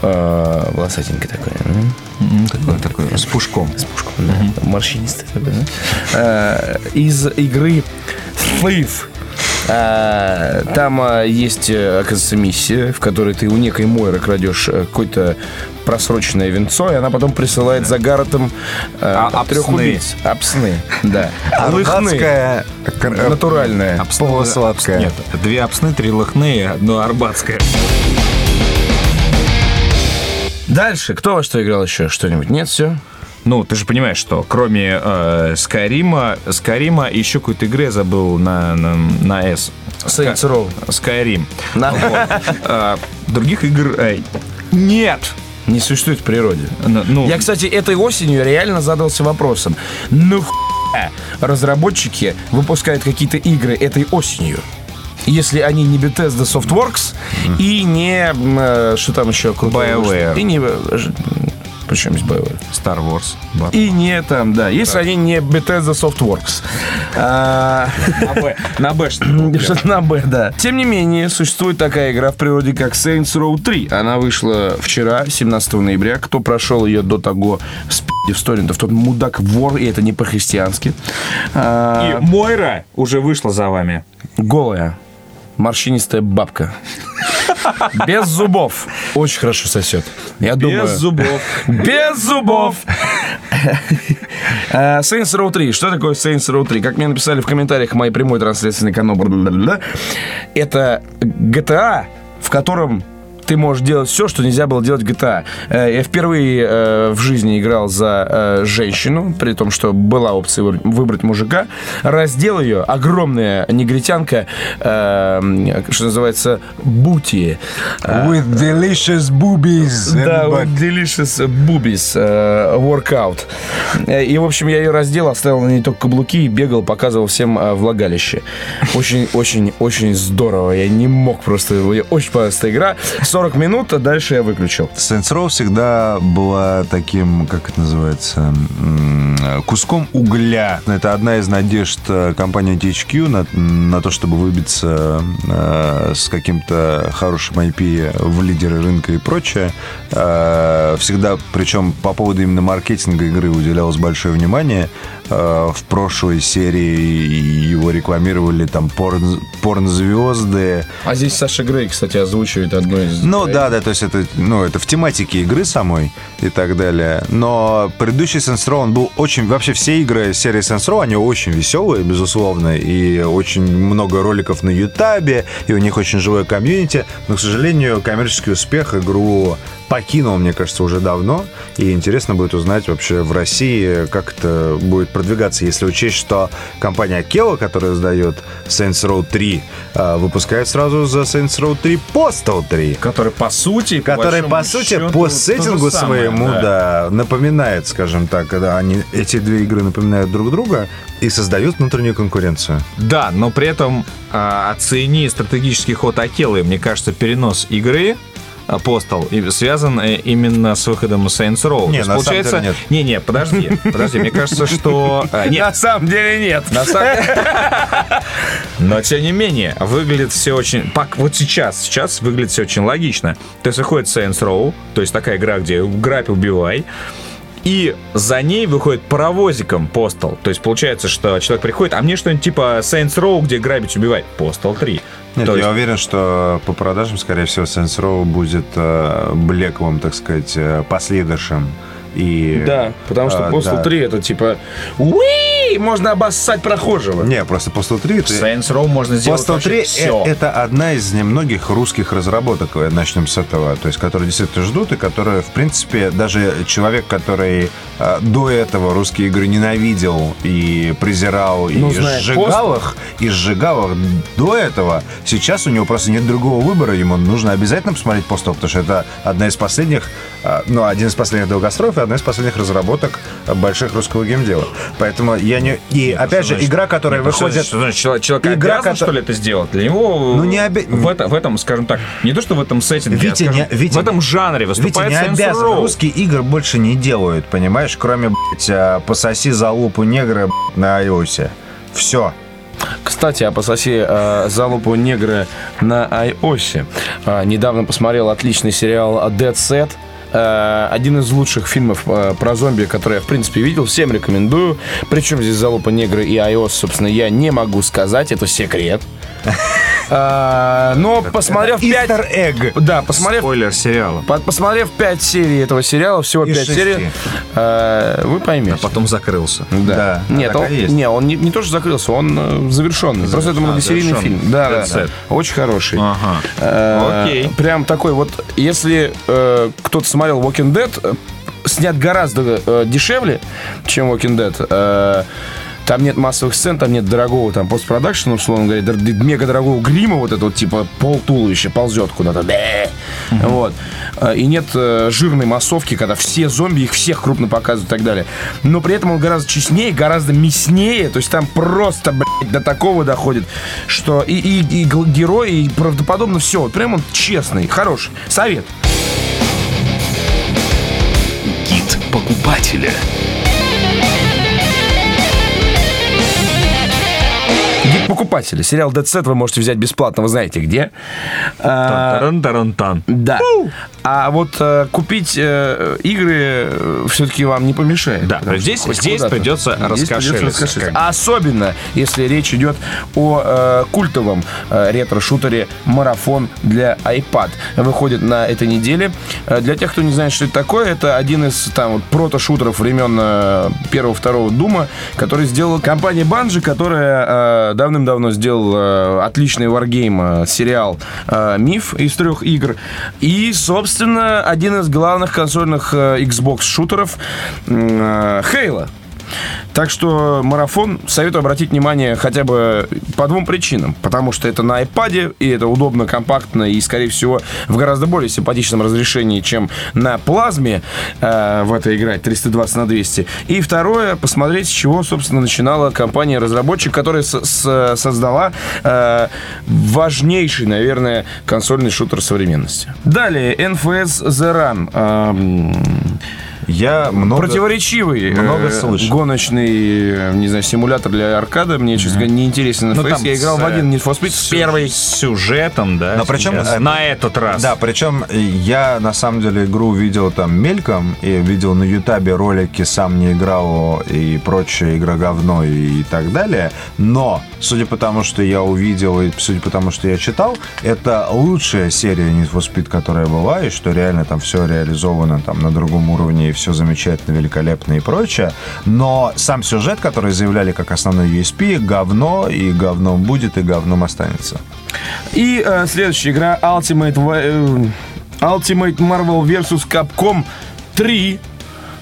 Speaker 1: Э, Волосатенькое такое.
Speaker 2: Такой, с пушком.
Speaker 1: С пушком, да. Морщинистый такой, да? Э, Из игры Thief. Э, Там э, есть, э, оказывается, миссия, в которой ты у некой Мойры крадешь э, какое-то просроченное венцо, и она потом присылает за Гарретом
Speaker 3: А,
Speaker 1: трех
Speaker 3: обсны.
Speaker 1: убийц. Обсны, да. Лыхны.
Speaker 2: Арбатская
Speaker 3: э,
Speaker 2: кр-
Speaker 3: а
Speaker 1: Натуральная.
Speaker 2: полусладкая.
Speaker 3: Нет, две обсны, три лохные, одно арбатское.
Speaker 1: Дальше. Кто во что играл еще? Что-нибудь? Нет, все?
Speaker 3: Ну, ты же понимаешь, что кроме э, Скайрима, Скайрима и еще какой-то игры я забыл на, на, на S.
Speaker 1: Saints Row.
Speaker 3: Скайрим. [LAUGHS] Э, других игр э, нет.
Speaker 1: Не существует в природе.
Speaker 3: Н- Ну,
Speaker 1: Я, кстати, этой осенью реально задался вопросом. Ну хуя разработчики выпускают какие-то игры этой осенью? Если они не Bethesda Softworks и не... м, э, Что там еще? крутое вышло?
Speaker 3: BioWare.
Speaker 1: И не... э, ж- Причем здесь BioWare?
Speaker 3: Star Wars. Бат-
Speaker 1: И не там, да. Если они не Bethesda Softworks. А,
Speaker 3: [LAUGHS] На Б
Speaker 1: что-то на Б, да. Тем не менее, существует такая игра в природе, как Saints Row 3. Она вышла вчера, 17 ноября. Кто прошел ее до того, спи в сторинтов. Тот мудак вор, и это не по-христиански.
Speaker 3: И
Speaker 1: А,
Speaker 3: Мойра уже вышла за вами.
Speaker 1: Голая. Морщинистая бабка. Без зубов. Очень хорошо сосет. Я думаю.
Speaker 3: зубов.
Speaker 1: Без зубов. Э, Saints Row 3. Что такое Saints Row 3? Как мне написали в комментариях моей прямой трансляции на канал. бла-бла-бла-бла, Это GTA, в котором ты можешь делать все, что нельзя было делать в GTA. Э, Я впервые э, в жизни играл за э, женщину, при том, что была опция выбрать- выбрать мужика. Раздел ее, огромная негритянка, э, что называется, бути.
Speaker 2: With delicious boobies. and
Speaker 1: Да,
Speaker 2: butt.
Speaker 1: вот Delicious Boobies э, Workout. Э, И, в общем, я ее раздел, оставил на ней только каблуки и бегал, показывал всем э, [LAUGHS] влагалище. Очень, очень, очень здорово. Я не мог просто... Мне очень понравилась эта игра. 40 минут, а дальше я выключил.
Speaker 2: Saints Row всегда была таким, как это называется, м, куском угля. Это одна из надежд э, компании THQ на, на то, чтобы выбиться э, с каким-то хорошим IP в лидеры рынка и прочее. Э, всегда, причем по поводу именно маркетинга игры уделялось большое внимание. Э, в прошлой серии его рекламировали там порн, порн-звезды,
Speaker 7: А здесь Саша Грей, кстати, озвучивает одну из...
Speaker 2: ну да, да, то есть это, ну, это в тематике игры самой и так далее. Но предыдущий Saints Row, он был очень... Вообще все игры серии Saints Row, они очень веселые, безусловно, и очень много роликов на Ютабе, и у них очень живое комьюнити. Но, к сожалению, коммерческий успех игру покинул, мне кажется, уже давно. И интересно будет узнать вообще в России, как это будет продвигаться, если учесть, что компания Акела, которая сдает Saints Row 3, э, выпускает сразу за Saints Row 3 Postal 3
Speaker 7: Который, по сути... по
Speaker 2: который, по
Speaker 7: большому
Speaker 2: сути,
Speaker 7: счету,
Speaker 2: по
Speaker 7: то же
Speaker 2: сеттингу
Speaker 7: самое,
Speaker 2: своему,
Speaker 7: да.
Speaker 2: да. напоминает, скажем так, когда они, эти две игры напоминают друг друга и создают внутреннюю конкуренцию.
Speaker 7: Да,
Speaker 3: но при этом а, оцени стратегический ход Акелы. Мне кажется, перенос игры Апостол и- связан э, именно с выходом Saints Row.
Speaker 2: Не,
Speaker 3: То есть
Speaker 2: на самом
Speaker 3: получается,
Speaker 2: деле нет.
Speaker 3: не, не, подожди, подожди. Мне кажется, что э, нет,
Speaker 1: На самом деле нет.
Speaker 3: на самом- Но тем не менее, выглядит все очень. пак- вот сейчас, сейчас выглядит все очень логично. То есть выходит Saints Row, то есть такая игра, где грабь убивай. И за ней выходит паровозиком Postal. То есть получается, что человек приходит, а мне что-нибудь типа Saints Row, где грабить убивать. Postal 3.
Speaker 2: Нет,
Speaker 3: То
Speaker 2: я
Speaker 3: есть-
Speaker 2: уверен, что по продажам, скорее всего, Saints Row будет э, блеклым, так сказать, э, последующим. И...
Speaker 1: Да, потому что
Speaker 2: А,
Speaker 1: Postal
Speaker 2: да.
Speaker 1: 3 это типа уи, можно обоссать прохожего.
Speaker 2: Не, просто Postal 3 это...
Speaker 3: Saints Row можно сделать
Speaker 2: Postal 3 э-
Speaker 3: все.
Speaker 2: это одна из немногих русских разработок, э, начнем с этого, то есть которые действительно ждут и которые, в принципе, даже человек, который э, до этого русские игры ненавидел и презирал и
Speaker 1: Ну, знает
Speaker 2: сжигал их, и сжигал их до этого, сейчас у него просто нет другого выбора, ему нужно обязательно посмотреть Postal, потому что это одна из последних, э, ну, один из последних долгостроев и одна из последних разработок э, больших русского геймдела. Поэтому я не... И, опять же, игра, которая
Speaker 3: Нет, ну, что
Speaker 2: выходит...
Speaker 3: значит- что значит, человек, человек
Speaker 2: Игра,
Speaker 3: обязан,
Speaker 2: кото-
Speaker 3: что ли, это сделать? Для него
Speaker 2: Ну, не обе-
Speaker 3: в, это- в этом, скажем так, не то, что в этом сеттинге, а,
Speaker 2: Витя,
Speaker 3: скажем,
Speaker 2: не- Витя-
Speaker 3: в этом жанре
Speaker 2: Витя
Speaker 3: выступает
Speaker 2: не
Speaker 3: Saints
Speaker 2: обязан.
Speaker 3: Row.
Speaker 2: Русские игры больше не делают, понимаешь? Кроме, блядь, э, пососи за лупу негра блядь, на айосе. Все.
Speaker 1: Кстати, а пососи э, залупу негры на iOS. Э, недавно посмотрел отличный сериал Dead Set. Э, один из лучших фильмов э, про зомби, который я, в принципе, видел. Всем рекомендую. Причем здесь залупа негры и iOS, собственно, я не могу сказать. Это секрет. Э, Но посмотрев 5...
Speaker 2: Истер-эгг.
Speaker 1: Да, посмотрев
Speaker 3: Спойлер сериала.
Speaker 1: По- Посмотрев 5 серий этого сериала, всего
Speaker 2: Из
Speaker 1: 5
Speaker 2: шести.
Speaker 1: серий, э, вы поймете.
Speaker 3: Потом закрылся.
Speaker 2: Да,
Speaker 1: Нет,
Speaker 2: так
Speaker 1: он,
Speaker 2: и есть.
Speaker 1: не, он не, не то, что закрылся, он э, завершенный. Просто это многосерийный
Speaker 3: завершенный.
Speaker 1: фильм. Да, да,
Speaker 3: Концепт.
Speaker 1: да. Очень хороший.
Speaker 3: Ага.
Speaker 1: Э,
Speaker 3: Окей.
Speaker 1: Прям такой вот, если э, кто-то смотрел Walking Dead, э, снят гораздо э, дешевле, чем Walking Dead. Э, там нет массовых сцен, там нет дорогого там постпродакшена, условно говоря, дор- мега дорогого грима, вот этого типа пол туловища ползет куда-то. бэ. Вот. Э, И нет э, жирной массовки, когда все зомби, их всех крупно показывают и так далее. Но при этом он гораздо честнее, гораздо мяснее. То есть там просто, блядь, до такого доходит, что и, и, и гл- герой, и правдоподобно все. Прям он честный, хороший. Совет.
Speaker 5: Гид покупателя.
Speaker 1: Гид покупателя. Сериал Dead Set вы можете взять бесплатно, вы знаете где. А,
Speaker 3: Таран-таран-тан.
Speaker 1: да. А вот э, купить э, игры все-таки вам не помешает.
Speaker 3: Да,
Speaker 1: потому что
Speaker 3: здесь-
Speaker 1: хоть
Speaker 3: здесь
Speaker 1: куда-то.
Speaker 3: придется раскошелиться, как бы.
Speaker 1: А Особенно, если речь идет о э, культовом э, ретро-шутере «Марафон» для iPad. Выходит на этой неделе. Э, Для тех, кто не знает, что это такое, это один из там вот, прото-шутеров времен э, первого-второго Дума, который сделала компания Bungie, которая э, давным-давно сделала э, отличный варгейм э, сериал э, «Миф» из трех игр. И, собственно, один из главных консольных э, Xbox-шутеров м, э, «Хейла». Так что марафон советую обратить внимание хотя бы по двум причинам. Потому что это на iPad, и это удобно, компактно, и, скорее всего, в гораздо более симпатичном разрешении, чем на плазме э, в это играть 320 на 200. И второе, посмотреть, с чего, собственно, начинала компания-разработчик, которая с- с- создала э, важнейший, наверное, консольный шутер современности. Далее, NFS The Run. Эм,
Speaker 2: Я много...
Speaker 1: Противоречивый
Speaker 2: много
Speaker 1: э,
Speaker 2: слышал.
Speaker 1: гоночный, э, не знаю, симулятор для аркада. Мне, честно говоря, не интересен NFS.
Speaker 3: там
Speaker 1: Я играл
Speaker 3: с,
Speaker 1: в один
Speaker 3: э,
Speaker 1: Need for Speed,
Speaker 3: с
Speaker 1: первый.
Speaker 3: сюжетом, да.
Speaker 2: Но причем,
Speaker 3: сейчас.
Speaker 2: э,
Speaker 3: на этот раз.
Speaker 2: Да, причем я на самом деле игру видел там мельком, и видел на Ютабе ролики, сам не играл, и прочее, игра говно и так далее. Но, судя по тому, что я увидел, и судя по тому, что я читал, это лучшая серия Need for Speed, которая была, и что реально там все реализовано там на другом уровне, и все замечательно, великолепно и прочее. Но сам сюжет, который заявляли как основной USP, говно, и говном будет, и говном останется.
Speaker 1: И э, следующая игра Ultimate, Wa- э, Ultimate Marvel vs. Capcom 3.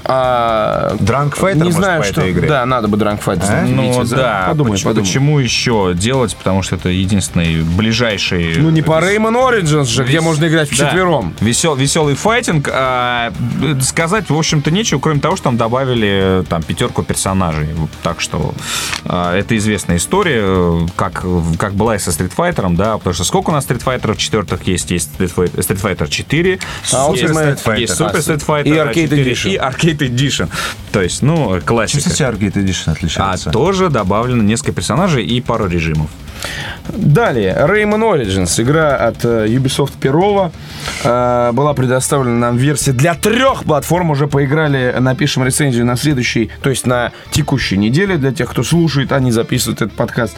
Speaker 1: А,
Speaker 2: Drunk Fighter,
Speaker 1: не
Speaker 2: может,
Speaker 1: знаю,
Speaker 2: по
Speaker 1: что.
Speaker 2: этой игре?
Speaker 1: Да, надо бы Drunk Fighter.
Speaker 3: Ну
Speaker 1: извините,
Speaker 3: да,
Speaker 1: Подумай,
Speaker 3: поч-
Speaker 1: подумай.
Speaker 3: почему еще делать, потому что это единственный ближайший...
Speaker 1: Ну не по Rayman Origins же, где можно играть вчетвером.
Speaker 3: Весел, веселый файтинг. а, э, сказать, в общем-то, нечего, кроме того, что там добавили э, там пятерку персонажей. Так что а, это известная история, э, как, в- как была и со Street Fighter, да, потому что сколько у нас Street Fighter четвертых есть? Есть Street Fight- Street Fighter 4,
Speaker 1: А
Speaker 3: есть,
Speaker 1: Ultimate
Speaker 3: есть
Speaker 1: Fighter.
Speaker 3: Super Street Fighter
Speaker 1: И Arcade
Speaker 3: 4,
Speaker 1: Edition.
Speaker 3: и Arcade Edition. То есть, ну, э, классика.
Speaker 2: Кстати, Arcade Edition
Speaker 3: А
Speaker 2: отличается.
Speaker 3: тоже добавлено несколько персонажей и пару режимов.
Speaker 1: Далее, Rayman Origins, игра от э, Ubisoft Перова, э, была предоставлена нам версия для трех платформ, уже поиграли, напишем рецензию на следующей, то есть на текущей неделе, для тех, кто слушает, они записывают этот подкаст.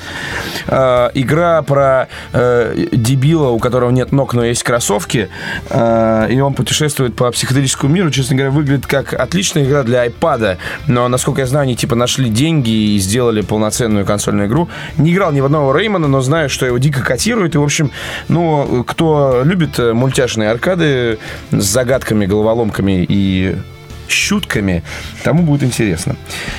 Speaker 1: Э, игра про э, дебила, у которого нет ног, но есть кроссовки, э, и он путешествует по психоделическому миру, честно говоря, выглядит как отличная игра для iPad, но, насколько я знаю, они типа нашли деньги и сделали полноценную консольную игру. Не играл ни в одного Реймана, но знаю, что его дико котируют. И, в общем, ну, кто любит э, мультяшные аркады с загадками, головоломками и щутками, тому будет интересно.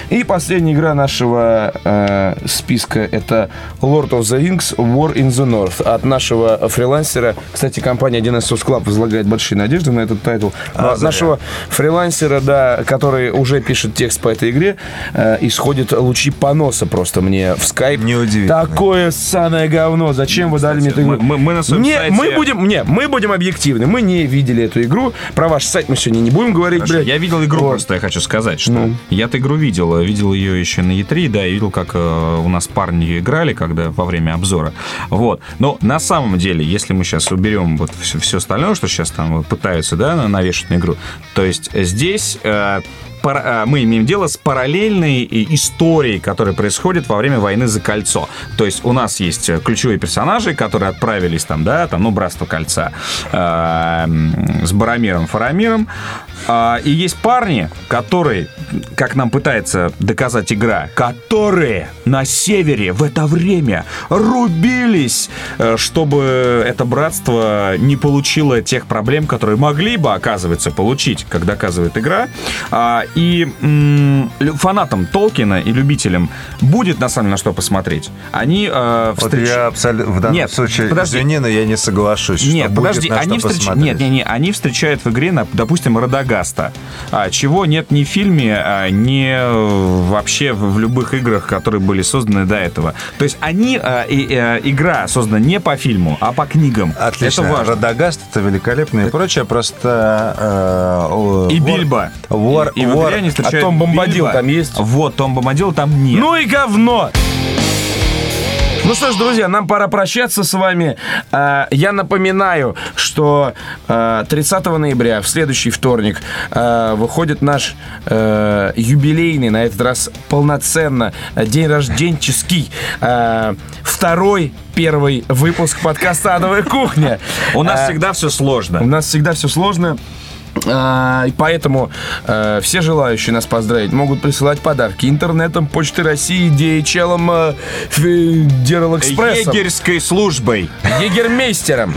Speaker 1: И последняя игра нашего э, списка это Lord of the Rings War in the North от нашего фрилансера. Кстати, компания 1Source Club возлагает большие надежды на этот тайтл. Но от нашего фрилансера, да, который уже пишет текст по этой игре, э, исходит лучи поноса просто мне в скайп.
Speaker 2: Неудивительно.
Speaker 1: Такое самое говно. Зачем вы дали мне эту игру?
Speaker 3: Мы- мы- мы на своем
Speaker 1: не,
Speaker 3: сайте-
Speaker 1: мы будем, не, мы будем объективны. Мы не видели эту игру. Про ваш сайт мы сегодня не будем говорить,
Speaker 3: Хорошо,
Speaker 1: блядь.
Speaker 3: Я видел игру
Speaker 1: Вот. Ну.
Speaker 3: просто, я хочу сказать, что я-то игру видел, э, видел ее еще на E3, да, и видел, как э, у нас парни ее играли, когда во время обзора. Вот. Но на самом деле, если мы сейчас уберем вот все, остальное, что сейчас там э, пытаются, да, на- навешать на игру, то есть э, здесь э, пара- э, мы имеем дело с параллельной э, историей, которая происходит во время войны за кольцо. То есть у нас есть э, ключевые персонажи, которые отправились там, да, там, ну, Братство Кольца э, м, с Барамиром, Фарамиром. А, И есть парни, которые, как нам пытается доказать игра, которые на севере в это время рубились, э, чтобы это братство не получило тех проблем, которые могли бы, оказывается, получить, как доказывает игра. А, И м, лю- фанатам Толкина и любителям будет на самом деле на что посмотреть. Они э,
Speaker 2: Вот
Speaker 3: встреч-
Speaker 2: я абсолютно в данном
Speaker 3: Нет,
Speaker 2: случае,
Speaker 3: подожди.
Speaker 2: извини, но я не соглашусь. что
Speaker 3: Нет,
Speaker 2: будет
Speaker 3: подожди,
Speaker 2: на что
Speaker 3: они, встреч-
Speaker 2: посмотреть.
Speaker 3: нет, не, не, они встречают в игре, на, допустим, Радагаста, а, чего нет ни в фильме, а, ни э, вообще в, в любых играх, которые были созданы до этого. То есть они, а, и, э, игра создана не по фильму, а по книгам.
Speaker 2: Отлично.
Speaker 3: Это важно.
Speaker 2: Радагаст это великолепно и прочее. Просто... э, о,
Speaker 3: И
Speaker 2: War-
Speaker 3: Бильбо.
Speaker 2: War-
Speaker 3: и, и в
Speaker 2: War-
Speaker 3: игре они встречают
Speaker 1: Том Бомбадил
Speaker 3: Бильбо.
Speaker 1: там есть?
Speaker 3: Вот, Том Бомбадил там нет.
Speaker 1: Ну и говно! Ну что ж, друзья, нам пора прощаться с вами. А, Я напоминаю, что а, 30 ноября, в следующий вторник, а, выходит наш э, юбилейный, на этот раз полноценно, э, день рожденческий, э, второй первый выпуск подкаста «Адовая кухня».
Speaker 3: У
Speaker 2: э,
Speaker 3: нас
Speaker 1: А,
Speaker 3: всегда все
Speaker 1: у
Speaker 3: сложно.
Speaker 1: нас всегда все сложно. А, И поэтому э, все желающие нас поздравить могут присылать подарки интернетом, Почтой России, DHL, Дерл Экспрессом,
Speaker 3: Егерской службой.
Speaker 1: Егермейстером.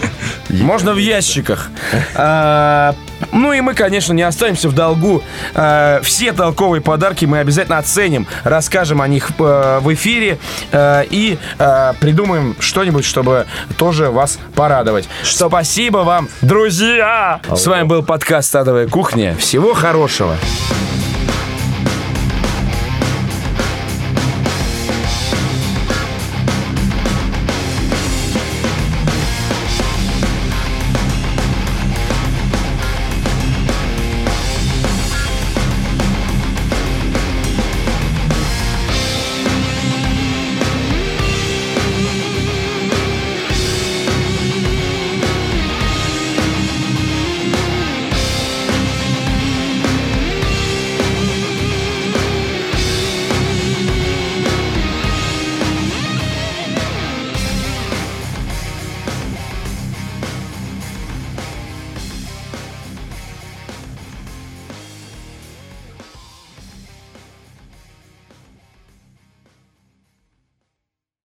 Speaker 1: Можно в ящиках. А, Ну и мы, конечно, не останемся в долгу. Э, Все толковые подарки мы обязательно оценим, расскажем о них э, в эфире э, и э, придумаем что-нибудь, чтобы тоже вас порадовать. Спасибо вам, друзья! С вами был подкаст «Садовая кухня». Всего хорошего!